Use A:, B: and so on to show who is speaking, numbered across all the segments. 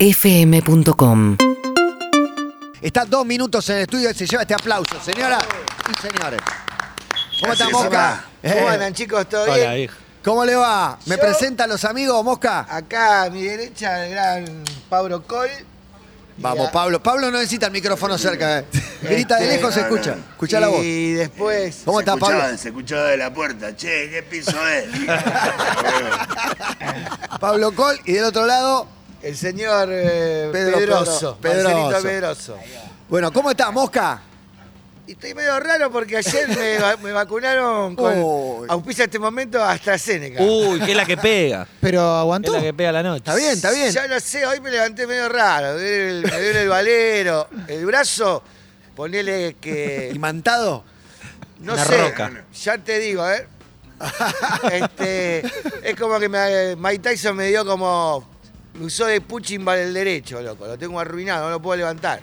A: urbanaplayfm.com
B: Está dos minutos en el estudio y se lleva este aplauso, señoras y señores. ¿Cómo está
C: Gracias,
B: Mosca?
C: Omar. ¿Cómo
B: Eh,
C: andan, chicos? ¿Todo
D: Hola,
C: bien?
D: hijo.
B: ¿Cómo le va? ¿Me
C: Yo-
B: presentan los amigos, Mosca?
C: Acá a mi derecha, el gran Pablo Col. Y
B: Vamos,
C: a-
B: Pablo. Pablo no necesita el micrófono cerca. eh. Grita de
C: Este,
B: lejos, se
C: no,
B: escucha.
C: no.
B: Escucha la voz.
C: Y después.
B: ¿Cómo
E: se
B: está,
E: escuchaba,
B: Pablo?
E: Se escuchaba de la puerta, che, ¿qué piso es?
B: Pablo Col y del otro lado.
C: El señor eh,
B: Pedro,
C: Pedroso.
B: Pedro,
C: Marcelito
B: Pedroso.
C: Pedroso.
B: Bueno, ¿cómo está, Mosca?
C: Y estoy medio raro porque ayer me, va- me vacunaron con.
B: Uy.
C: Auspicia este momento AstraZeneca.
D: Uy, que es la que pega.
F: Pero
D: Que es
F: aguantó.
D: la que pega la noche.
B: ¿Está bien? ¿Está bien?
C: Ya no sé, hoy me levanté medio raro. Me duele el, me duele el valero. El brazo, ponele que.
B: ¿Imantado?
C: No
D: Una
C: sé,
D: roca.
C: ya te digo, ¿eh? Este, es como que me- Mike Tyson me dio como... Lo usó de puching para el derecho, loco. Lo tengo arruinado, no lo puedo levantar.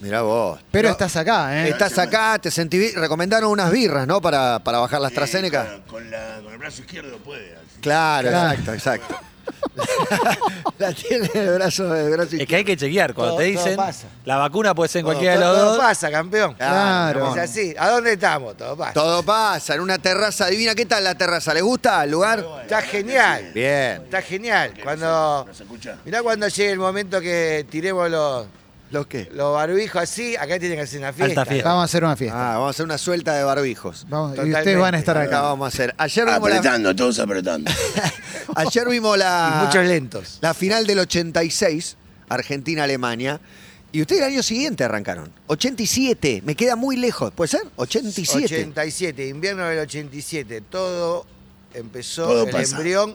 B: Mirá vos.
F: Pero
B: No,
F: estás acá, ¿eh?
B: Estás acá, te sentí bien. Recomendaron unas birras, ¿no? Para, para bajar la AstraZeneca.
E: Con, con la- con el brazo izquierdo puede. así.
B: Claro, exacto, exacto. la tiene el brazo, el brazo
D: Es que hay que chequear. Cuando
C: Todo-
D: te
C: todo
D: dicen,
C: pasa.
D: la vacuna puede ser en cualquiera de
C: todo,
D: los
C: todo
D: dos.
C: pasa, campeón.
B: Claro.
C: Es así. ¿A dónde estamos? Todo pasa.
B: Todo pasa, en una terraza divina. ¿Qué tal la terraza? ¿Les gusta el lugar?
C: Está genial.
B: Bien.
C: Está genial. Cuando...
E: ¿Nos escucha?
C: Mirá cuando llegue el momento que tiremos los,
B: ¿Los qué?
C: los barbijos así, acá tienen que hacer una fiesta.
D: Alta fiesta.
F: Vamos a hacer una fiesta.
B: Ah, vamos a hacer una suelta de barbijos.
F: Vamos, y
C: totalmente.
F: ustedes van a estar
B: Acá
F: acá.
B: vamos a hacer. Ayer
E: Ah,
B: vimos la,
E: Apretando, todos apretando.
B: ayer vimos la,
C: Y muchos lentos.
B: la final del 86, Argentina-Alemania. Y ustedes el año siguiente arrancaron. 87, me queda muy lejos. ¿Puede ser? 87.
C: 87, invierno del 87. Todo empezó,
E: Todo
C: el
E: pasa.
C: embrión,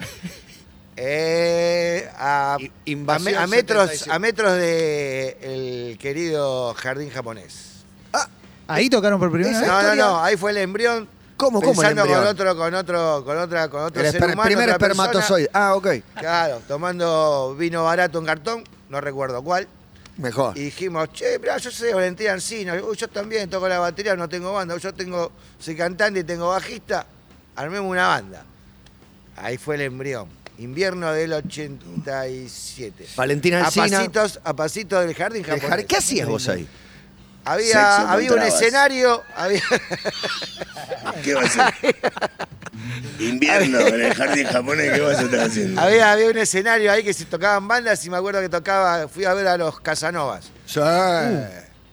C: eh, a,
B: I- invasión
C: a me- a metros,
B: 77.
C: a metros de el querido jardín japonés.
B: Ah,
F: Ahí tocaron por primera
B: Esa-
F: vez.
C: No, no,
B: historia-
C: no, ahí fue el embrión.
B: ¿Cómo, cómo el
C: pensando
B: embrión?
C: con otro, con otro, con otra, con otro
B: El
C: ser
B: esper-
C: humano,
B: primer
C: otra persona.
B: espermatozoide. Ah, ok.
C: Claro, tomando vino barato en cartón, no recuerdo cuál.
B: Mejor.
C: Y dijimos, che, mirá, yo soy Valentín Ancina, uy, yo también toco la batería, no tengo banda, yo tengo, soy cantante y tengo bajista, armemos una banda. Ahí fue el embrión. Invierno del 87.
B: Valentín Alsina.
C: A pasitos, a pasitos del jardín
B: Dejar-
C: japonés.
B: ¿Qué hacías vos ahí?
E: Sexo
C: Había,
E: con
C: había un
E: trabas.
C: escenario, había,
E: ¿Qué vas a hacer? Invierno en el jardín japonés, ¿qué vas a estar haciendo?
C: había, había un escenario ahí que se tocaban bandas y me acuerdo que tocaba, fui a ver a los Casanovas.
B: Sí.
F: Uh,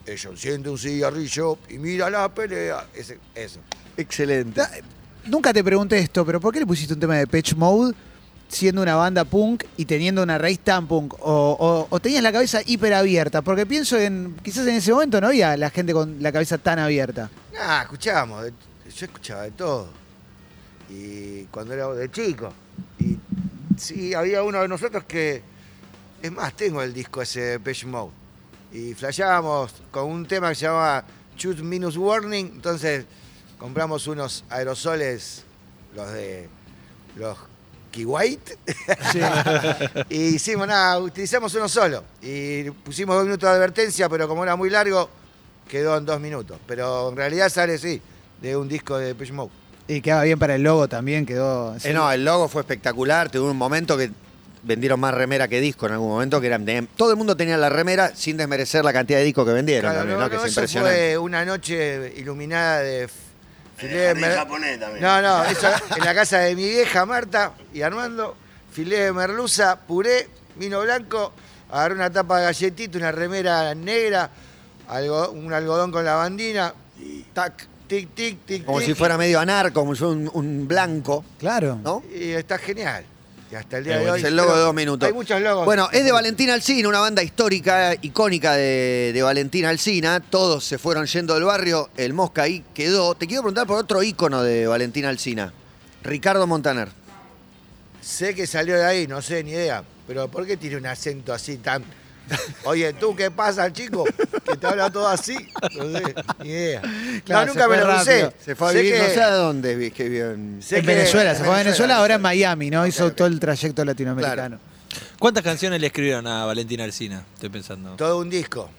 C: Ellos encienden un cigarrillo y mira la pelea. Ese- eso.
B: Excelente.
F: Da- Nunca te pregunté esto, pero ¿por qué le pusiste un tema de Patch Mode siendo una banda punk y teniendo una raíz tan punk? O, o- o tenías la cabeza hiper abierta? Porque pienso en. Quizás en ese momento no había la gente con la cabeza tan abierta.
C: Nah, escuchábamos, de- yo escuchaba de todo. Y cuando era de chico. Y sí, había uno de nosotros que. Es más, tengo el disco ese de Page Mode. Y flasheábamos con un tema que se llamaba Shoot Minus Warning. Entonces compramos unos aerosoles, los de. los Kiwait. y hicimos nada, utilizamos uno solo. Y pusimos dos minutos de advertencia, pero como era muy largo, quedó en dos minutos. Pero en realidad sale, sí, de un disco de Pitch Mode.
F: Y quedaba bien para el logo también, quedó.
B: Eh, no, el logo fue espectacular. Tuve un momento que vendieron más remera que disco en algún momento. que eran, tenían- Todo el mundo tenía la remera sin desmerecer la cantidad de discos que vendieron.
C: Claro,
B: también,
C: no,
B: ¿no? Que
C: no,
B: es
C: eso
B: impresionante.
C: fue una noche iluminada de... f-
E: En
C: filé de
E: el jardín
C: mer-
E: Eh, japonés también.
C: No, no, eso en la casa de mi vieja Marta y Armando, filé de merluza, puré, vino blanco, agarré una tapa de galletita, una remera negra, algo, un algodón con lavandina, tac, tic, tic, tic,
B: Como
C: tic,
B: si fuera medio anarco, como si fuera un, un blanco,
F: Claro.
B: ¿no?
C: Y está genial. Y hasta el día de hoy...
B: Es el logo
C: pero
B: de dos minutos.
C: Hay muchos logos.
B: Bueno, es de Valentín Alsina, una banda histórica, icónica de, de Valentín Alsina. Todos se fueron yendo del barrio, el Mosca ahí quedó. Te quiero preguntar por otro ícono de Valentín Alsina, Ricardo Montaner.
C: Sé que salió de ahí, no sé, ni idea. Pero ¿por qué tiene un acento así tan... Oye, ¿tú qué pasa, chico? Que te habla todo así. No sé, ni idea.
F: Claro,
C: no,
F: se
C: nunca me
F: fue
C: lo
F: rápido.
C: crucé.
B: Se fue a
C: Sé
B: vivir,
C: que-
B: no sé a dónde vi- que vio en-
C: sé
F: En
C: que-
F: Venezuela, se fue a
C: en
F: Venezuela, ahora en Miami, ¿no? Hizo todo el trayecto latinoamericano.
D: ¿Cuántas canciones le escribieron a Valentín Alsina? Estoy pensando.
C: Todo un disco.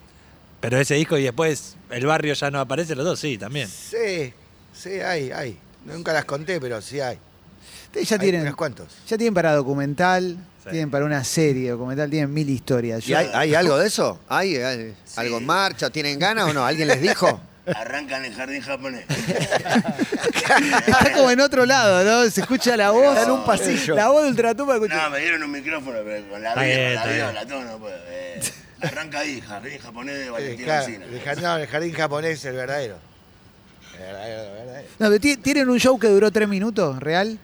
D: Pero ese disco y después el barrio ya no aparece, los dos sí, también.
C: Sí, sí, hay, hay. Nunca las conté, pero sí hay.
F: Ustedes ya
C: Hay
F: tienen.
C: unos cuantos.
F: Ya tienen para documental. Tienen para una serie documental, tienen mil historias.
B: ¿Y
F: Yo-
B: hay, hay algo de eso? ¿Hay, hay algo en marcha? ¿Tienen ganas o no? ¿Alguien les dijo?
E: Arrancan el jardín japonés.
F: Está como en otro lado, ¿no? Se escucha la voz.
B: Está en un pasillo.
F: La voz de Ultratumba
E: No,
F: escucha.
E: me dieron un micrófono, pero con la
D: Está bien,
E: viola, la
D: está bien.
E: viola, todo no puedo. eh. arranca ahí, jardín japonés de
C: Eh,
E: Valentín
C: claro,
E: Alsina.
C: el jardín, no, el jardín japonés es el verdadero. El verdadero, el verdadero.
F: No, pero ti- ¿Tienen un show que duró tres minutos, real?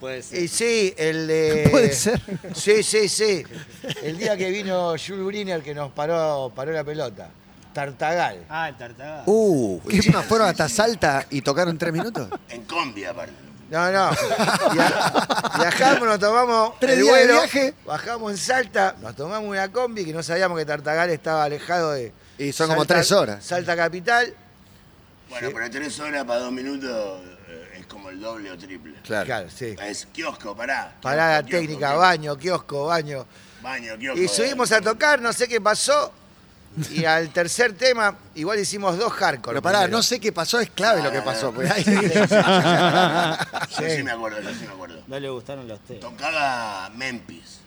D: Puede ser.
C: Y Eh, sí, el de.
F: Puede ser.
C: Sí, sí, sí. El día que vino Jules Briner que nos paró, paró la pelota. Tartagal.
A: Ah, el tartagá.
B: Uh, encima fueron hasta Salta y tocaron tres minutos.
E: En combi, aparte.
C: No, no. Via- Viajamos, nos tomamos
B: Tres
C: el
B: días de
C: vuelo,
B: viaje.
C: bajamos en Salta, nos tomamos una combi que no sabíamos que Tartagal estaba alejado de.
B: Y son como tres horas.
C: Salta Capital.
E: Bueno, pero tres horas para dos minutos eh, es como el doble o triple.
C: Claro, sí.
E: Es kiosco, pará.
C: Parada
E: Kiosco,
C: técnica,
E: kiosco,
C: baño, kiosco, baño.
E: Baño, kiosco. eh.
C: Y subimos a tocar, no sé qué pasó. Y al tercer tema, igual hicimos dos hardcore.
B: Pero pará,
C: primero.
B: no sé qué pasó, es clave
F: Ah,
B: lo que pasó. porque ahí-
E: Yo sí me acuerdo, yo sí me acuerdo.
A: No le gustaron los temas.
E: Tocaba Memphis.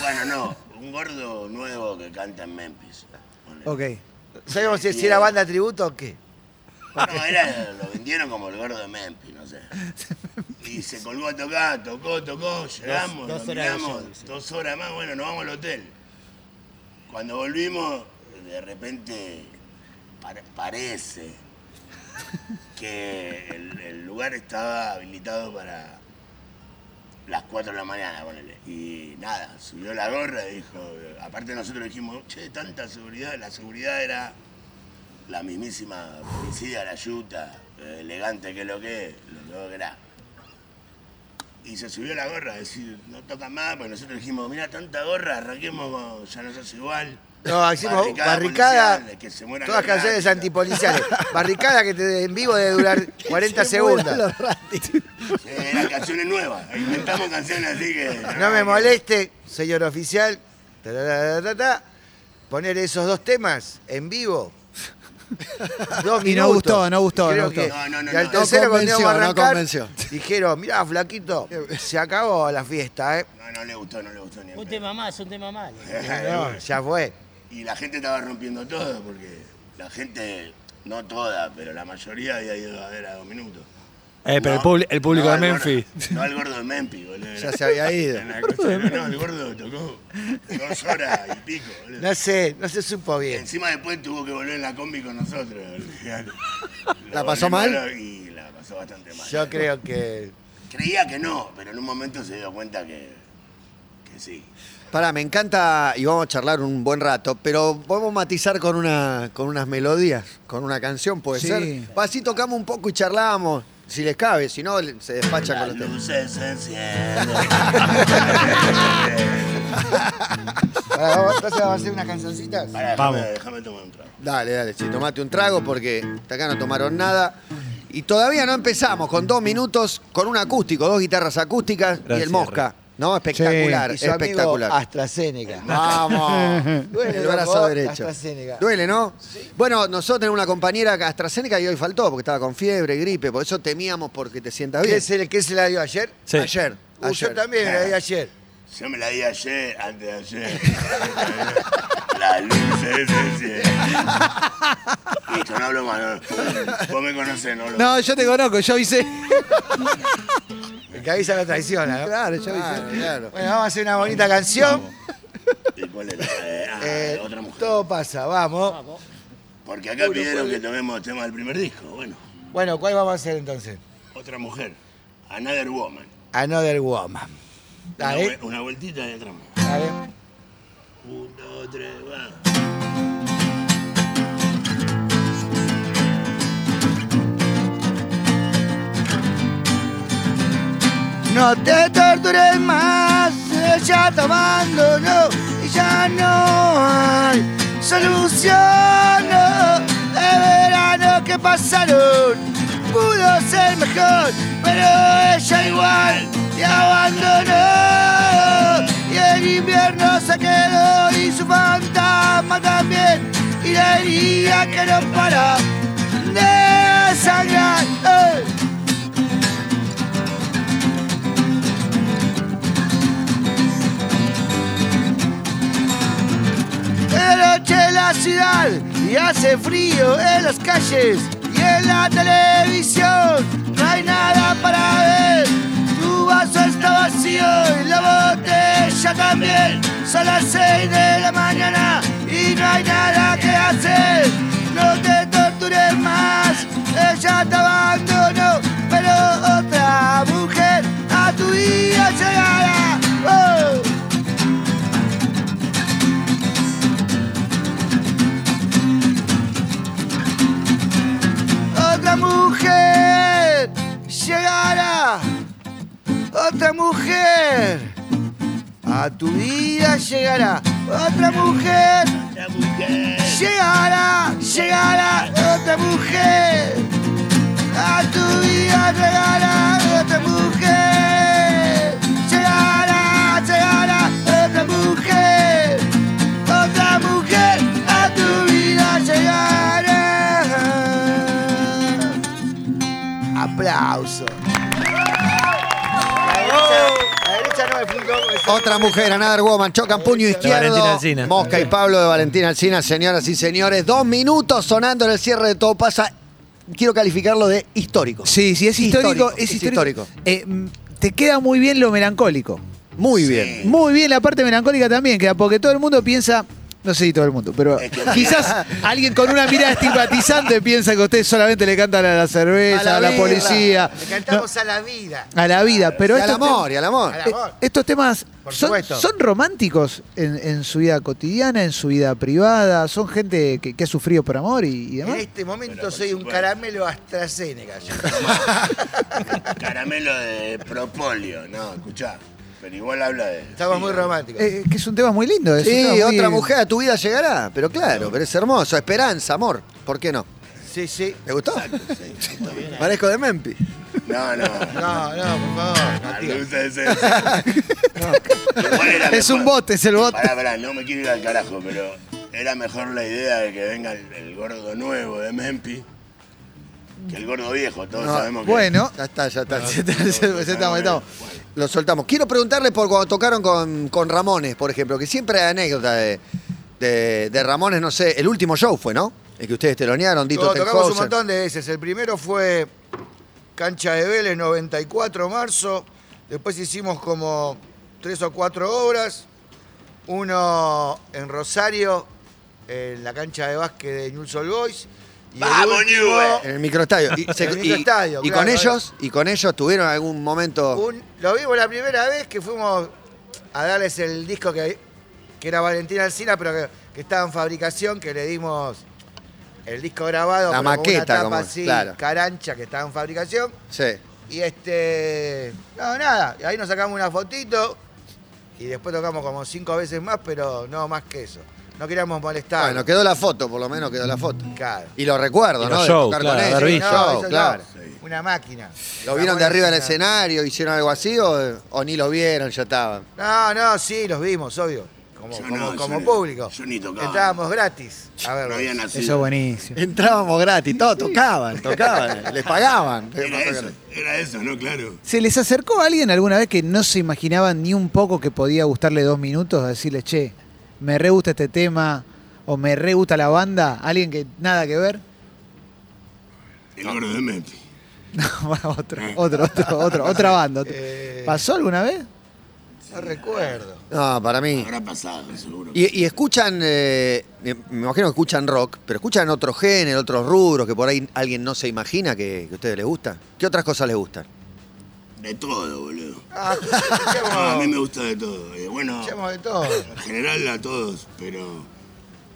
E: Bueno, no, un gordo nuevo que canta en Memphis. Ponele.
F: Ok.
C: ¿Sabíamos si, si era banda tributo o qué?
E: No, era, lo vendieron como el gordo de Memphis, no sé. Y se colgó a tocar, tocó, tocó, llegamos,
A: dos
E: nos
A: horas de
E: miramos,
A: show, sí.
E: dos horas más, bueno, nos vamos al hotel. Cuando volvimos, de repente pare- parece que el, el lugar estaba habilitado para las 4 de la mañana, ponele. Y nada, subió la gorra y dijo, aparte nosotros dijimos, che, tanta seguridad, la seguridad era la mismísima policía, la yuta, eh, elegante que lo que es, lo que era. Y se subió la gorra, decir, no toca más, porque nosotros dijimos, mirá, tanta gorra, arranquemos, con- ya no sos igual.
C: No, hicimos barricada,
E: policial, que se mueran
C: todas
E: los
C: canciones
E: ratos.
C: antipoliciales. barricada que te, en vivo debe durar 40 segundos.
E: Eh, eran canciones nuevas, inventamos canciones así que...
C: No me moleste, señor oficial. Tarararata. Poner esos dos temas en vivo. Dos minutos.
F: Y no gustó, no gustó,
C: Creo
F: no gustó.
C: que-
E: No, no, no,
C: y al
E: no.
C: tercero,
B: No
C: cuando
B: convenció,
C: íbamos a
B: no
C: arrancar,
B: convenció.
C: dijeron, mirá, flaquito, se acabó la fiesta, ¿eh?
E: No, no le gustó, no le gustó ni en
A: Un
E: pedo.
A: tema más, un tema más.
C: No, ya fue.
E: Y la gente estaba rompiendo todo, porque la gente, no toda, pero la mayoría había ido a ver a dos minutos.
D: Eh, pero el,
E: No,
D: publi- el público
E: no,
D: de
E: el gordo-
D: Memphis.
E: no, el gordo de Memphis, boludo.
B: Ya se había ido.
E: En la cochera, no, el gordo tocó dos horas y pico, boludo.
C: No sé, no se supo
E: Y
C: bien.
E: Encima después tuvo que volver en la combi con nosotros. boludo.
B: ¿La pasó mal?
E: volvimos Y la pasó bastante mal.
C: Yo creo que.
E: Creía que no, pero en un momento se dio cuenta que, que sí.
B: Pará, me encanta y vamos a charlar un buen rato, pero podemos matizar con, una, con unas melodías, con una canción, puede
F: Sí.
B: ser. Va, Así tocamos un poco y charlamos, si les cabe, si no, le- se despacha con
E: Las
B: los temas.
E: luces se encienden.
C: Ahora, vamos- Entonces vamos a hacer unas cancioncitas.
E: Pará,
D: Vamos.
E: déjame- déjame tomar un trago.
B: Dale, dale, sí, tomate un trago porque hasta acá no tomaron nada. Y todavía no empezamos, con dos minutos, con un acústico, dos guitarras acústicas y el
D: Gracias,
B: mosca. ¿No? Espectacular,
C: Y su amigo
B: espectacular. Eh,
C: AstraZeneca.
B: Vamos.
C: Duele,
B: el brazo
C: loco, ¿eh?
B: derecho.
C: AstraZeneca.
B: Duele, ¿no? Bueno, nosotros tenemos una compañera que AstraZeneca y hoy faltó porque estaba con fiebre, gripe, por eso temíamos porque te sientas bien.
C: ¿Quién se, le- quién se la dio ayer?
D: Sí.
B: Ayer.
C: Uh,
B: ayer.
C: Yo también me la di ayer.
E: Yo me la di ayer, antes de ayer. Las luces se encienden. Listo, no hablo más. no. Vos me conocés, no hablo más.
F: No, yo te conozco, yo hice.
C: El que avisa la traiciona, ¿no?
F: Claro, yo
B: Claro,
F: hice.
B: claro.
C: Bueno, vamos a hacer una bonita canción.
E: ¿Y cuál era? Eh, ah,
C: Eh,
E: otra mujer.
C: todo pasa, vamos.
E: Porque acá pidieron que tomemos tema del primer disco. Bueno,
C: Bueno, ¿cuál vamos a hacer entonces?
E: otra mujer. Another Woman.
C: Another Woman.
E: Una,
C: Dale,
E: vue- una vueltita y otra mujer.
C: dale.
E: Un, dos, tres, va.
C: No te tortures más, ella te abandonó y ya no hay solución. no. El verano que pasaron pudo ser mejor, pero ella igual te abandonó. Y el invierno se quedó y su fantasma también, y la herida que no para de sangrar. ¡eh! la ciudad y hace frío en las calles y en la televisión. No hay nada para ver, tu vaso está vacío y la botella también. Son las seis de la mañana y no hay nada que hacer. No te tortures más, ella te abandonó, pero otra mujer a tu vida llegará. Oh. Otra mujer llegará. Otra mujer a tu vida llegará. Otra mujer
E: La mujer.
C: llegará, llegará. Otra mujer a tu vida llegará. Otra mujer llegará, llegará. Otra mujer, otra mujer a tu vida llegará. Aplauso. La derecha- la derecha no me fue un cómo, me fue un
B: Otra mujer, Another Woman, chocan puño
D: Valentina
B: izquierdo.
D: Alsina.
B: Mosca y Pablo de Valentina Alcina, señoras y señores. Dos minutos sonando en el cierre de todo pasa. Quiero calificarlo de histórico.
F: Sí, sí, es histórico.
B: Histórico,
F: es
B: es
F: histórico.
B: histórico.
F: Eh, mm, te queda muy bien lo melancólico.
B: Muy bien.
F: Muy bien la parte melancólica también queda, porque todo el mundo piensa. No sé si todo el mundo, pero quizás alguien con una mirada estigmatizante piensa que ustedes solamente le cantan a la cerveza, a la,
B: birra.
F: policía,
C: Le cantamos a la vida.
F: a la vida. Pero
B: y al
F: estos tem-
B: amor, y al amor.
C: Al amor.
F: eh, Estos temas
C: Por
F: son,
C: supuesto.
F: son románticos en, en su vida cotidiana, en su vida privada, son gente que, que ha sufrido por amor y, y
C: En
F: demás.
C: este momento
E: Pero, por
C: soy un
E: supuesto.
C: caramelo AstraZeneca. yo.
E: Caramelo de propolio. No, escuchá. Pero igual habla de.
C: Estamos muy románticos.
F: Eh, que es un tema muy lindo. es un tema
B: Sí,
F: muy-
B: otra mujer a tu vida llegará. Pero claro, pero es hermoso. Esperanza, amor. ¿Por qué no?
C: Sí, sí.
B: ¿Te gustó?
E: Sí, está bien.
B: Parezco de Memphis.
E: No, no.
C: No, no, por favor.
E: Ah,
C: no,
E: me
C: tío.
E: gusta ese- Igual era
F: Es
E: mejor.
F: un bote, es el bote.
E: Pará, pará, no me quiero ir al carajo, pero era mejor la idea de que venga el, el gordo nuevo de Memphis que el gordo viejo, todos sabemos que.
F: Bueno,
B: Ya está, ya está. ya está,
E: todos
B: ya está,
E: sabemos
B: ya estamos, ya estamos.
E: que- bueno,
B: Lo soltamos. Quiero preguntarle por cuando tocaron con, con Ramones, por ejemplo, que siempre hay anécdota de, de- de Ramones, no sé, el último show fue, ¿no? El que ustedes telonearon, Dito
C: Tocamos un
B: Tenhauser.
C: montón de veces. El primero fue Cancha de Vélez, 94 marzo. Después hicimos como tres o cuatro obras. Uno en Rosario, en la cancha de básquet de Newell's Old Boys. Y el
E: ¡Vamos,
C: último,
E: Newell's!
B: En el microestadio. Y,
C: En el microestadio,
B: y
C: claro.
B: con ellos, y con ellos tuvieron algún momento.
C: Un- lo vimos la primera vez que fuimos a darles el disco que, que era Valentina Alcina, pero que, que estaba en fabricación, que le dimos el disco grabado.
B: La
C: pero con
B: maqueta,
C: una tapa
B: como-
C: así,
B: claro.
C: carancha, que estaba en fabricación.
B: Sí.
C: Y este. No, nada. y Ahí nos sacamos una fotito. Y después tocamos como cinco veces más, pero no más que eso. No queríamos molestar.
B: Bueno, quedó la foto, por lo menos quedó la foto.
C: Claro.
B: Y lo recuerdo,
D: Y
B: ¿no?
D: los
B: De
D: shows,
B: tocar
D: claro,
B: con ellos.
D: haber
B: Sí,
D: visto.
B: show,
C: eso
B: claro.
C: no, Una máquina.
B: ¿Lo vieron de arriba del
C: escenario?
B: escenario? ¿Hicieron algo así o, o ni lo vieron? Ya estaban.
C: No, no, sí, los vimos, obvio. Como,
E: Yo
C: como-
E: no, yo
C: como
E: ni-
C: público.
E: yo ni tocaba.
C: Estábamos gratis. A ver,
E: no había nacido.
F: eso es buenísimo.
B: Entrábamos gratis, todos tocaban, tocaban, les pagaban.
E: Era eso, era eso, ¿no? Claro.
F: ¿Se les acercó a alguien alguna vez que no se imaginaban ni un poco que podía gustarle dos minutos? Decirle, che, me re gusta este tema o me re gusta la banda. ¿Alguien que nada que ver?
E: El gordo de Memphis.
F: otro, otro, otro, otro, otra banda. otro.
C: Eh.
F: ¿Pasó alguna vez?
C: no recuerdo.
B: No, para mí.
E: Habrá pasado, seguro.
B: Y, y escuchan, eh, me imagino que escuchan rock, pero escuchan otro género, otros rubros que por ahí alguien no se imagina que, que a ustedes les gusta. ¿Qué otras cosas les gustan?
E: De todo, boludo.
C: Ah,
E: No, a mí
C: escuchamos-
E: me gusta de todo. Eh, bueno,
C: escuchamos de todo.
E: en general a todos, pero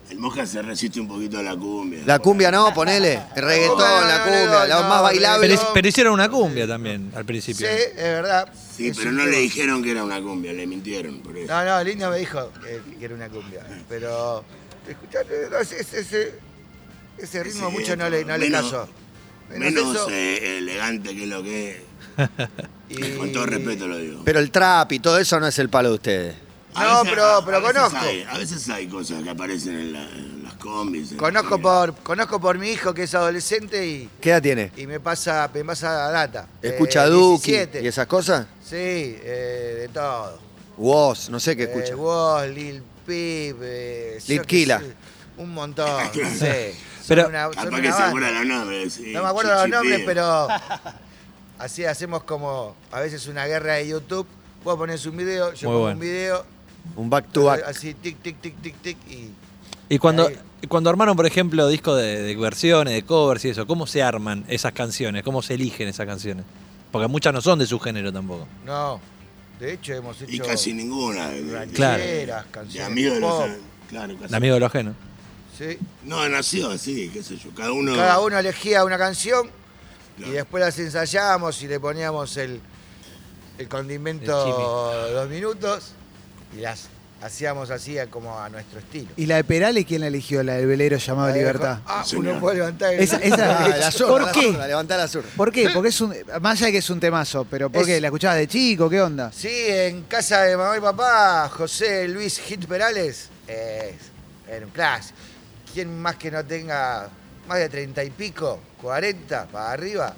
E: el mosca se resiste un poquito a la cumbia.
B: La cumbia no, ponele. El reggaetón,
C: No, no,
B: la
C: no,
B: cumbia,
C: no,
B: la
C: no,
B: más bailable.
D: Pero,
C: no.
D: pero hicieron una cumbia también al
C: Sí,
D: principio.
C: es verdad.
E: Sí,
C: Es
E: pero
C: un
E: no le
C: tema. Ah,
E: dijeron que era una cumbia, le mintieron por eso.
C: No, no, el indio me dijo que, que era una cumbia. Pero. Escuchate, no, ese, ese- ese- ese ritmo
E: Ese
C: mucho no le, no le
E: menos-
C: casó. Menos
E: Menos
C: eso
E: eh, elegante que lo que es.
C: y-
E: Con todo respeto lo digo.
B: Pero el trap y todo eso no es el palo de ustedes.
E: A
C: No, pero- pero
E: a veces
C: conozco.
E: hay- a veces hay cosas que aparecen en, la- en las combis. en
C: Conozco
E: las-
C: por, conozco por mi hijo que es adolescente y,
B: ¿Qué edad tiene?
C: y me pasa me pasa data.
B: ¿Escucha
C: Eh,
B: Duki
C: 17.
B: y esas cosas?
C: Sí, eh, de todo.
B: Woz, no sé qué escucha.
C: Eh, vos, Lil Peep. eh, yo
B: Lil
C: qué
B: Kila.
C: sé. Un montón. sí. Son
D: Pero-
C: una- son
E: Capaz
C: una
E: que se
C: banda.
E: acuerdan los nombres. sí,
C: No me acuerdo los
E: chichipibe.
C: nombres, pero así hacemos como a veces una guerra de YouTube. Vos pones un video, yo
D: Muy
C: pongo
D: bueno.
C: un video, eh,
B: Un back to back.
C: así tic, tic, tic, tic, tic. Y
D: Y cuando,
C: Ahí.
D: y cuando armaron, por ejemplo, discos de, de versiones, de covers y eso, ¿cómo se arman esas canciones? ¿Cómo se eligen esas canciones? Porque muchas no son de su género tampoco.
C: no, de hecho hemos hecho
E: Y casi ninguna. de- de-
D: Claro.
C: rancheras,
E: De
C: canciones
E: amigos de los.
C: pop,
E: Claro, casi.
D: De amigo de lo ajeno.
C: sí.
E: No, nació así, qué sé yo. Cada uno.
C: Cada uno elegía una canción
E: Claro.
C: y después las ensayábamos y le poníamos el, el condimento dos minutos y las hacíamos así a- como a nuestro estilo.
F: ¿Y la de Perales quién la eligió? La del velero llamado Libertad.
C: Ah,
E: Señor.
C: uno puede levantar el-
F: Esa- esa-
C: eh,
B: Ah, la zurda,
F: ¿Por
B: la
F: qué?
B: zurda, levantá la zurda.
F: ¿Por qué? Porque es un. Más allá de que es un temazo, pero ¿por
C: Es-
F: qué? ¿La escuchabas de chico? ¿Qué onda?
C: Sí, en casa de mamá y papá, José Luis Hit Perales, eh, era un clásico. ¿Quién más que no tenga más de treinta y pico, 40 para arriba?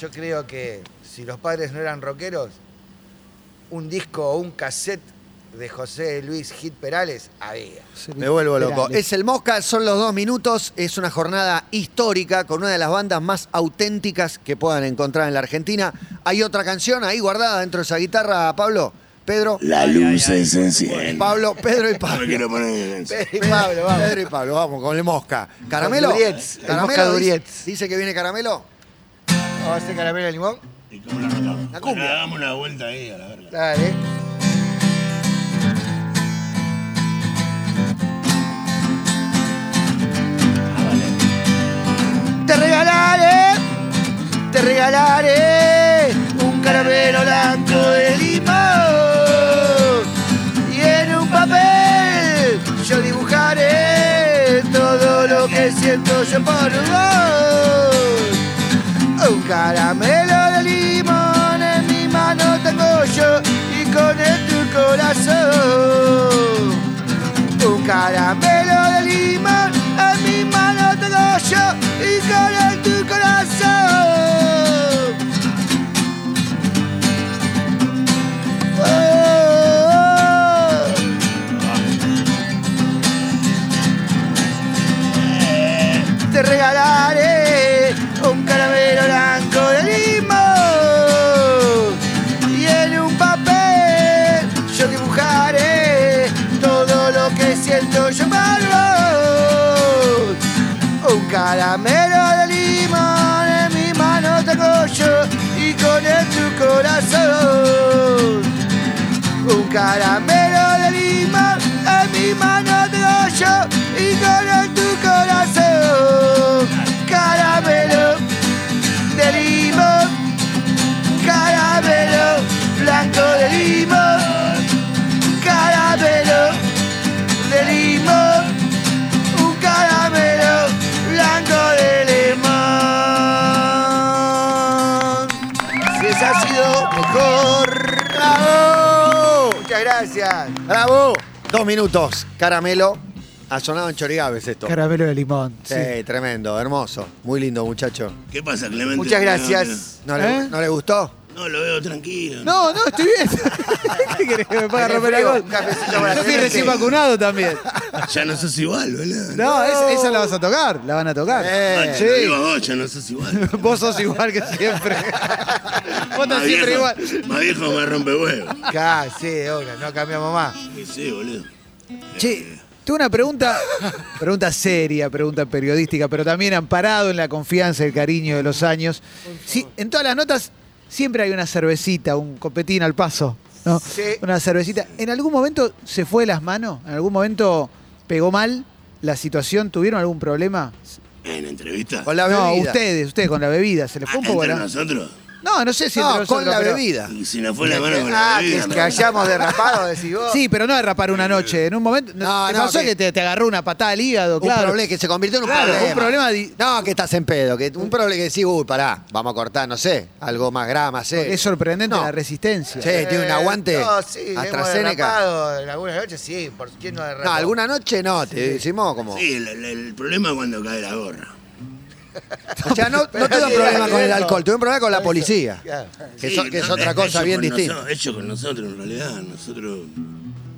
C: Yo creo que si los padres no eran rockeros, un disco o un cassette de José Luis Hit Perales había.
B: Me vuelvo loco.
F: Perales.
B: Es el Mosca, son los dos minutos. Es una jornada histórica con una de las bandas más auténticas que puedan encontrar en la Argentina. Hay otra canción ahí guardada dentro de esa guitarra, Pablo, Pedro,
E: La luz es enciende.
B: Pablo, Pedro y
E: No Ah, me
B: Pablo.
E: quiero poner en
C: Pedro y Pablo, vamos.
B: Pedro y Pablo, vamos con el Mosca. Caramelo.
C: Con Durietz, el Mosca
B: dice-
C: Durietz.
B: Dice que viene caramelo.
C: ¿Vamos a hacer caramelo de limón?
E: ¿Y cómo la notamos?
B: La cumbia.
E: Le damos una vuelta ahí a la verga.
C: Dale. Te regalaré, te regalaré un caramelo blanco de limón. Y en un papel yo dibujaré todo lo que siento yo por vos. Un caramelo de limón en mi mano tengo yo y con él tu corazón. Un caramelo de limón en mi mano tengo yo y con él tu corazón. Oh, oh, oh. te regalaré un caramelo blanco de limón y en un papel yo dibujaré todo lo que siento yo por vos. Un caramelo de limón en mi mano tengo yo y con él tu corazón. Un caramelo de limón en mi mano tengo yo y con él tu corazón. Caramelo de limón, caramelo blanco de limón, caramelo de limón, un caramelo blanco de limón. Si esa ha sido mejor. ¡Bravo! Muchas gracias.
B: Bravo. Dos minutos. Caramelo. Ha sonado en Chorigaves esto.
F: Caramelo de limón.
B: Sí,
F: Sí.
B: tremendo, hermoso. Muy lindo, muchacho.
E: ¿Qué pasa, Clemente?
C: Muchas gracias.
B: ¿No le,
F: ¿Eh?
B: ¿no le gustó?
E: No, lo veo tranquilo.
F: No, no, estoy bien. ¿Qué querés que me pague
C: Tenés
F: romper la
C: frío,
F: gol?
C: un cafecito para
F: Yo estoy
C: Clemente.
F: recién vacunado también.
E: Ya no sos igual, ¿verdad?
F: No, es- esa la vas a tocar, la van a tocar.
B: Eh,
E: Te lo digo
F: sí.
E: a vos, ya no sos igual.
F: Vos sos igual que siempre. Vos estás
E: Más
F: siempre
E: viejo-
F: igual.
E: Más viejo, más rompe huevos.
C: Acá, sí, de una, no cambiamos más.
E: Sí, Sí, boludo.
F: Che, tengo una pregunta, pregunta seria, pregunta periodística, pero también amparado en la confianza, el cariño de los años. Sí, en todas las notas siempre hay una cervecita, un copetín al paso, ¿no?
C: Sí.
F: Una cervecita. ¿En algún momento se fue de las manos? ¿En algún momento pegó mal la situación? ¿Tuvieron algún problema?
E: ¿En entrevista?
B: Con la
F: no,
B: bebida.
F: ustedes, ustedes con la bebida, se les
E: Ah,
F: fue un poco
E: ¿Entre
F: la-
E: nosotros?
F: No, no sé si entre
B: No,
F: nosotros,
B: con la
F: pero-
B: bebida.
E: Y si nos fue la mano con la
C: Ah,
E: bebida,
C: que,
E: me-
C: que hayamos derrapado, decís vos.
F: Sí, pero no derrapar una noche. En un momento.
B: No,
F: ¿te
B: no,
F: pasó
B: que-
F: que, te, te agarró una patada al hígado,
B: Un
F: claro.
B: problema que se convirtió en un
F: Claro,
B: problema.
F: un problema di-
B: No, que estás en pedo. Que un problema que decís, uy, pará, vamos a cortar, no sé, algo más grave, más serio.
F: Es sorprendente
B: No.
F: la resistencia.
B: Sí, tiene un aguante.
C: Eh, No, sí, le hemos
B: AstraZeneca.
C: derrapado en alguna noche, sí. ¿Por quién no derrapó?
B: No, alguna noche no, te decimos como.
E: Sí, el, el- el problema es cuando cae la gorra.
B: O sea, no, no tuve un problema con el alcohol, tuve un problema con la policía.
C: Claro.
B: Que,
E: Sí,
B: so- que es
E: no,
B: otra
E: eh,
B: cosa
E: ellos
B: bien
E: con
B: distinta.
E: nosotros- Ellos con nosotros, en realidad, nosotros...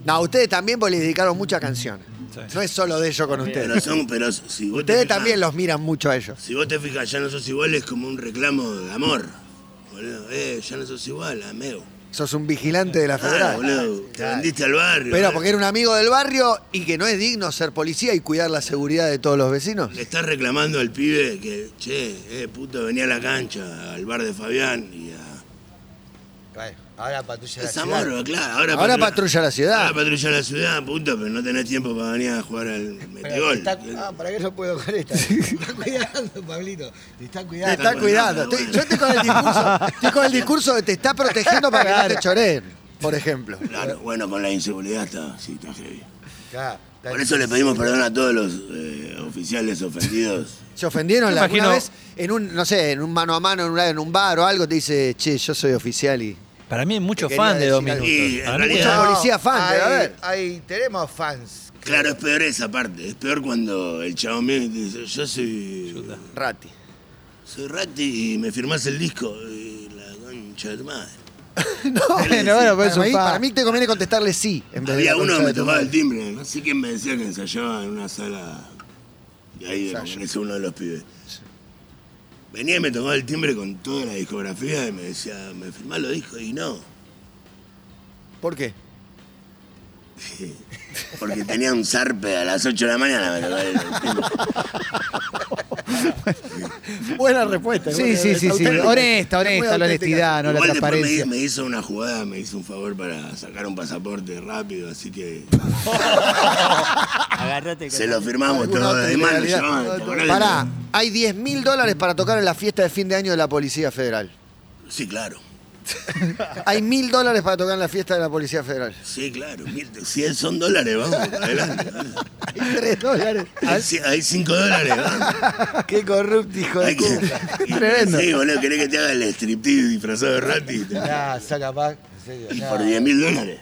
B: No, ustedes también, porque les dedicaron muchas canciones. No es solo de ellos con ustedes.
E: Pero son, pero si vos te
B: Ustedes
E: fijas-
B: también los miran mucho a ellos.
E: Si vos te fijas, ya no sos igual, es como un reclamo de amor. Boludo, eh, ya no sos igual, amigo.
B: Sos un vigilante de la
E: Ah,
B: federal.
E: boludo, te vendiste al barrio.
B: Pero
E: eh.
B: porque era un amigo del barrio y que no es digno ser policía y cuidar la seguridad de todos los vecinos.
E: Le estás reclamando al pibe que, che, eh, puto, venía a la cancha, al bar de Fabián y a...
C: Bueno, ahora patrulla de la
E: Es
C: ciudad.
E: amor, claro. Ahora,
B: Ahora patrulla la ciudad.
E: Ahora patrulla la ciudad, puto, pero no tenés tiempo para venir a jugar al
C: Pero
E: metegol.
C: te está- ah, ¿para qué yo puedo con esta? Te está cuidando, Pablito. Te está
B: Te
C: cuidando.
B: está cuidando. Te- yo estoy con el discurso, estoy con el discurso de te está protegiendo para que no te choreen, por ejemplo.
E: Claro, bueno, con la inseguridad está, sí, está heavy.
C: Claro, está-
E: Por eso le pedimos perdón a todos los eh, oficiales ofendidos.
B: ¿Se ofendieron
D: Me
B: la alguna
D: imagino-
B: vez? En un, no sé, en un mano a mano, en un, en un bar o algo, te dice, che, yo soy oficial y.
D: Para mí hay mucho
B: Te quería
D: fan de
B: decir
D: dos
B: algo.
D: minutos.
E: Y, en
D: Para mí
E: realidad-
D: mucho-
B: Mucha policía fan,
C: hay,
B: debe haber.
C: hay- tenemos fans. que-
E: Claro, es peor esa parte. Es peor cuando el chabón viene y te dice, yo soy,
B: Rati.
E: soy Rati y me firmás el disco. Y la concha de tu madre.
F: Bueno, bueno, pues es
B: para,
F: un
B: mí,
F: pa-
B: para mí te conviene contestarle sí. En vez de
E: Había
B: la
E: uno
B: concha
E: que me
B: de tu
E: tocaba
B: madre.
E: el timbre. No sé quién me decía que ensayaba en una sala de ahí de congreso uno de los pibes. Venía y me tocaba el timbre con toda la discografía y me decía, ¿me firmás los discos? Y no.
B: ¿Por qué?
E: Porque tenía un zarpe a las 8 de la mañana. me tocaba el timbre.
B: Buena respuesta.
F: Sí, sí, sí, sí. Honesta, honesta, la honestidad, no la
E: Igual después
F: transparencia.
E: Me, me hizo una jugada, me hizo un favor para sacar un pasaporte rápido, así que
A: Agárrate.
E: se lo firmamos todos. Además, lo llevamos, ¿te acordás?
B: Pará, hay 10 mil dólares para tocar en la fiesta de fin de año de la Policía Federal.
E: Sí, claro.
B: Hay mil dólares para tocar en la fiesta de la Policía Federal.
E: Sí, claro. Mil- Si son dólares, vamos, adelante.
B: Hay tres dólares.
E: Hay, ci- hay cinco dólares, vamos.
C: Qué corrupto, hijo de
E: Hay que-
C: puta.
E: y- Sí, boludo, querés que te haga el striptease disfrazado de Rati. Te-
C: Nah, saca pa. En serio.
E: Y
C: nah.
E: por 10 mil dólares.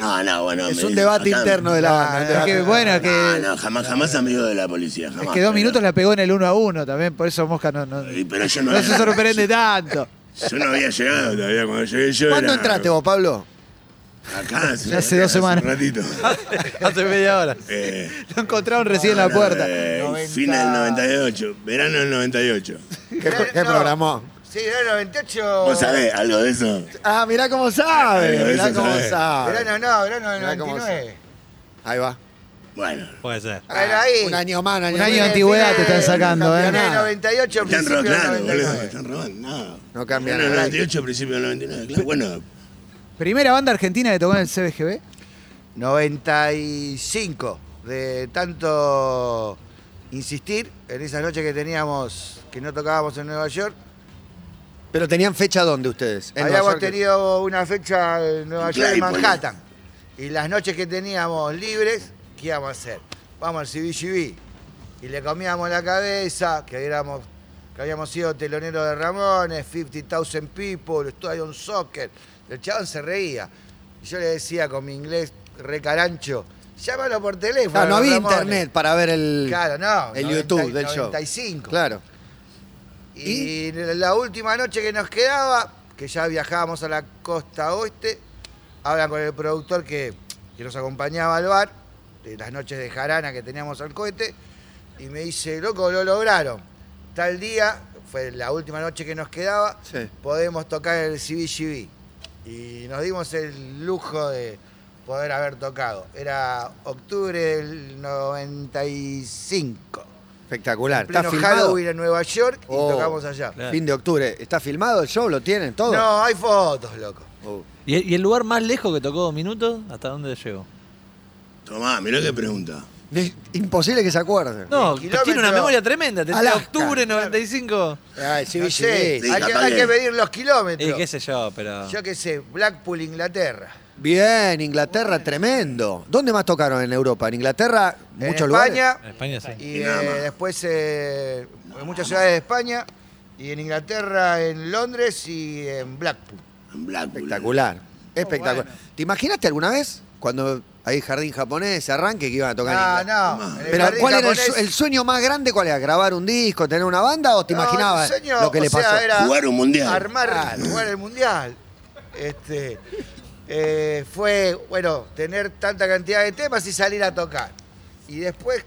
E: No, no, bueno.
B: Es
E: me-
B: un debate
E: acá-
B: interno de la banda. un
F: Es
B: debate.
F: que, bueno,
E: No,
F: es que,
E: no, jamás, jamás amigo de la policía. Jamás,
F: es que dos
E: pero-
F: minutos la pegó en el 1 a 1 también, por eso Mosca no, no,
E: Y- Pero yo no,
F: no se
E: era-
F: sorprende tanto.
E: Yo no había llegado todavía cuando llegué yo.
B: ¿Cuándo
E: era-
B: entraste vos, Pablo?
E: Acá,
F: Ya hace dos semanas.
E: Un ratito.
D: Hace media hora.
E: Eh,
F: Lo encontraron recién en la puerta.
E: eh, Fin del 98, verano del 98.
B: ¿Qué,
C: Claro,
B: qué
C: no.
B: programó?
C: Sí, era 98.
E: ¿Vos sabés algo de eso?
B: Ah, mirá cómo sabe.
E: Pero
B: Mirá
E: eso
B: cómo
E: sabe.
B: sabe.
C: Verano no, verano del
B: Mirá cómo
C: 99.
B: Ahí va.
E: Bueno,
D: Puede ser.
C: Pero Ah, ahí.
B: Un año más, un año,
F: Un año de
B: menos.
F: antigüedad te están sacando,
C: En
F: ¿eh?
C: el 98,
E: están
C: principio del
E: robando, boludo.
C: 99.
E: Están robando, no.
B: No cambia
E: Verano del
B: nada.
E: 98, principio del 99. Claro, bueno,
F: Primera banda argentina que tocó en el CBGB.
C: 95 de tanto insistir en esas noches que teníamos que no tocábamos en Nueva York.
B: Pero tenían fecha dónde ustedes? En Nueva
C: Habíamos
B: York.
C: tenido una fecha en Nueva York en
E: Claypole.
C: Manhattan. Y las noches que teníamos libres, ¿qué íbamos a hacer? Vamos al CBGB. Y le comíamos la cabeza, que éramos que habíamos sido telonero de Ramones, 50,000 people, Studio on Soccer. El chabón se reía. Y yo le decía con mi inglés recarancho, llámalo por teléfono.
B: Ah, no
C: a los
B: había
C: Ramones".
B: internet para ver el,
C: Claro, no.
B: el
C: 90
B: YouTube del show.
C: 95.
B: Claro.
C: Y la última noche que nos quedaba, que ya viajábamos a la costa oeste, hablan con el productor que, que nos acompañaba al bar, de las noches de jarana que teníamos al cohete, y me dice, loco, lo lograron. Tal día, fue la última noche que nos quedaba,
B: Sí.
C: podemos tocar el CBGB. Y nos dimos el lujo de poder haber tocado. Era octubre del 95.
B: Espectacular. ¿Está
C: Pleno
B: filmado?
C: Halloween en Nueva York y
B: Oh.
C: tocamos allá.
D: Claro.
B: Fin de octubre. ¿Está filmado el show? ¿Lo tienen todo?
C: No, hay fotos, loco.
B: Oh.
D: ¿Y, y el lugar más lejos que tocó dos minutos? ¿Hasta dónde llegó?
E: tomá, mirá qué pregunta.
B: Es imposible que se acuerde.
D: No,
C: El kilómetro-
D: tiene una memoria tremenda. Te
B: Alaska.
D: octubre 95.
B: Ay, sí,
C: No
B: sí,
C: sé,
B: sí.
E: Sí,
C: hay, que,
E: capaz
C: hay
E: que-
C: que medir los
D: Eh,
C: kilómetros.
D: qué sé yo, pero.
C: Yo qué sé, Blackpool, Inglaterra.
B: Bien, Inglaterra, tremendo. ¿Dónde más tocaron en Europa? ¿En Inglaterra?
C: En
B: ¿Muchos lugares?
C: España
D: En España sí.
C: y
E: Y nada
C: eh,
E: más.
C: después eh, en muchas ciudades de España. Y en Inglaterra, en Londres y en Blackpool.
E: En Blackpool.
C: Oh,
B: Espectacular. Espectacular. ¿Te imaginaste alguna vez cuando hay jardín japonés, ese arranque que iban a tocar en
C: Ah,
B: Inglaterra?
C: no. en el
B: Pero
C: jardín
B: ¿cuál era el,
C: japonés-
B: su- el sueño más grande? ¿Cuál era? ¿Grabar un disco, tener una banda o te
C: No, el
B: imaginabas
C: sueño,
B: lo que
C: o
B: le
C: sea,
B: pasó? Ah,
C: era
E: Jugar un mundial.
C: Armar, jugar el mundial. Este, eh, fue, bueno, tener tanta cantidad de temas y salir a tocar. Y después,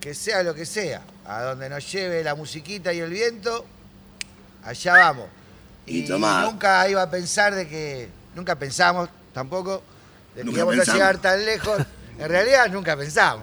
C: que sea lo que sea, a donde nos lleve la musiquita y el viento, allá vamos.
E: Y tomá.
C: nunca iba a pensar de que, nunca pensamos tampoco, de que
E: Nunca
C: íbamos a
E: pensamos.
C: llegar tan lejos. En realidad nunca pensamos.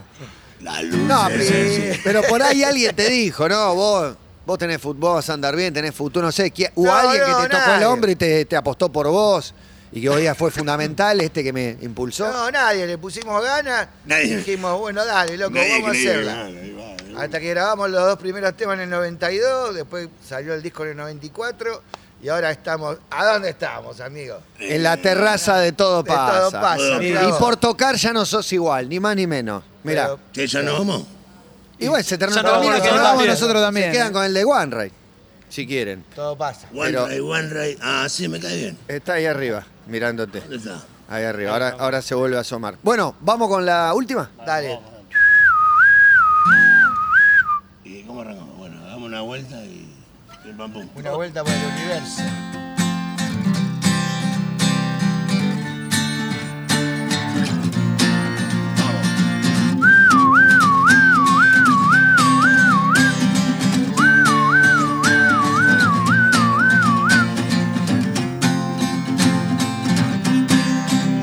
E: La luz. eh,
B: No,
E: es
B: pero,
E: ese.
B: Ah, pero por ahí alguien te dijo, no, vos, vos tenés fútbol, vas a andar bien, tenés futuro, no sé, quién, hubo
C: No,
B: alguien que
C: no,
B: te tocó el
C: nadie.
B: hombre y te, te apostó por vos y que hoy día fue fundamental este que me impulsó.
C: No, nadie, le pusimos ganas,
E: Nadie.
C: dijimos, bueno, dale, loco,
E: Nadie
C: vamos a
E: cree,
C: hacerla.
E: claro, ahí va, ahí va.
C: Hasta que grabamos los dos primeros temas en el 92, después salió el disco en el 94 y ahora estamos... ¿A dónde estamos, amigos?
B: en la terraza de todo
C: De todo
B: pasa.
C: pasa,
B: y,
C: claro.
B: y por tocar ya no sos igual, ni más ni menos. Mirá.
C: Pero-
E: Che, ya nos vamos.
B: Igual se termina,
D: Ya nos vamos
B: termina que
D: nosotros
B: nos vamos
D: también.
B: nosotros también. Se
F: ¿eh?
B: quedan con el de One Ray, si quieren.
C: Todo pasa.
E: One
B: Pero-
E: Ray, One Ray. Ah, sí, me cae bien.
B: Está ahí arriba, mirándote.
E: ¿Dónde está?
B: Ahí arriba, ahora, ahora se vuelve a asomar. Bueno, vamos con la última.
C: Dale.
E: ¿Y cómo arrancamos? Bueno, damos una vuelta y. y pam, pum.
C: Una vuelta por el universo.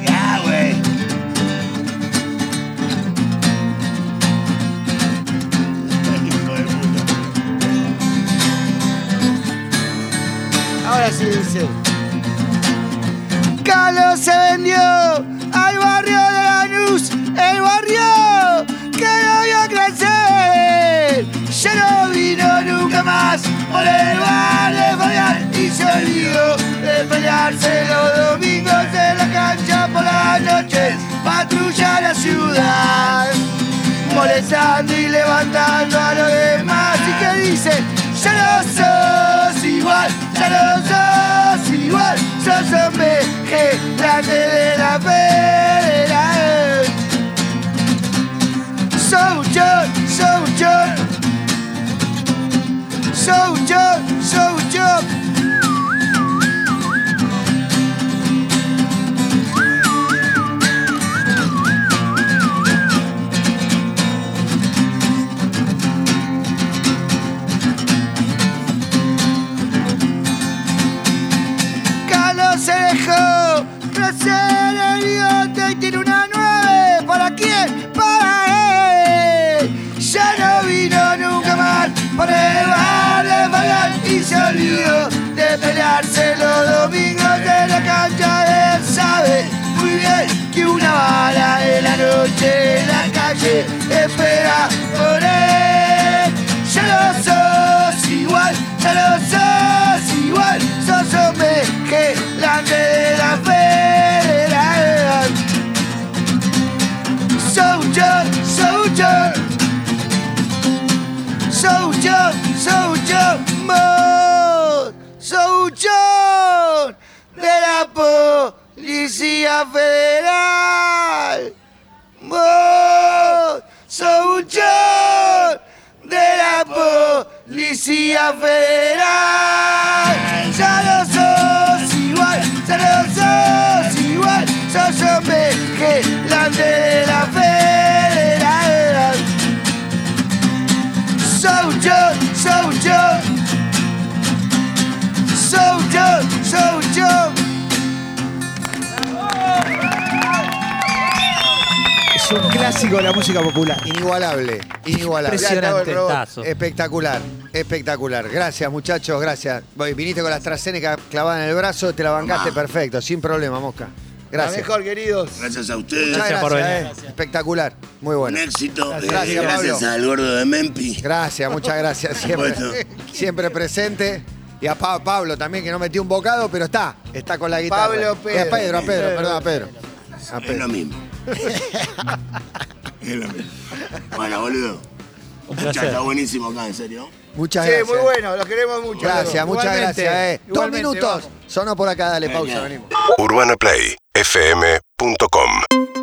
E: Ya, güey. Hijo de puta.
C: Ahora sí dice. Carlos se vendió al barrio de Lanús, el barrio que no vio crecer. Ya no vino nunca más por el bar de Fabián y se olvidó de pelearse los domingos en la cancha por las noches. Patrulla la ciudad, molestando y levantando a los demás. Y que dicen, ya no sos igual, ya no sos igual, sos hombre que la de la vereda. Soy yo, soy yo, soy yo, soy yo. Carlos se dejó crecer el bigote y tiene una nueve. ¿Para quién? Para él. Ya no vino nunca más por el bar de Fabián y se olvidó de pelearse los domingos de la cancha. Él sabe muy bien que una bala de la noche en la calle espera por él. Ya no sos igual, ya no sos igual, sos hombre que la de la federal. Soldier, soldier, soldier, soldier, mode, soldier de la policía federal. Mode, soldier de la policía federal. Ya no sos igual, ya no sos igual, sos hombre que la de la federal. Soldier, soldier, soldier, soldier.
F: Es un clásico de la música popular.
B: Inigualable, inigualable.
F: Impresionante.
D: Tentazo.
B: Espectacular, espectacular. Gracias, muchachos, gracias. Voy, viniste con la AstraZeneca clavada en el brazo, te la bancaste perfecto, sin problema, Mosca. Gracias.
C: mejor, queridos.
E: Gracias a ustedes.
B: Muchas
D: Gracias por venir.
B: eh. Espectacular, muy
E: Un
B: bueno.
E: éxito. Eh,
B: Gracias,
E: Gracias,
B: Pablo.
E: al gordo de Mempi.
B: Gracias, muchas gracias. Siempre,
E: Bueno.
B: siempre presente. Y a Pa- Pablo también, que no metió un bocado, pero está. Está con la guitarra.
C: Pablo,
B: Eh, a
C: Pedro.
B: Pedro, a Pedro,
C: Pedro.
B: perdón, a Pedro. A
E: Es lo
B: Pedro.
E: mismo. es lo mismo. Bueno, boludo.
D: Un
E: Pucha,
D: placer.
E: Está buenísimo acá, en serio.
B: Muchas
C: Sí,
B: gracias.
C: muy bueno, los queremos mucho.
B: Gracias, muchas
F: Igualmente,
B: gracias. eh. Dos
F: igualmente,
B: minutos.
F: vamos.
B: Sonó por acá, dale pausa,
E: Genial.
B: venimos.
G: UrbanaPlayFM.com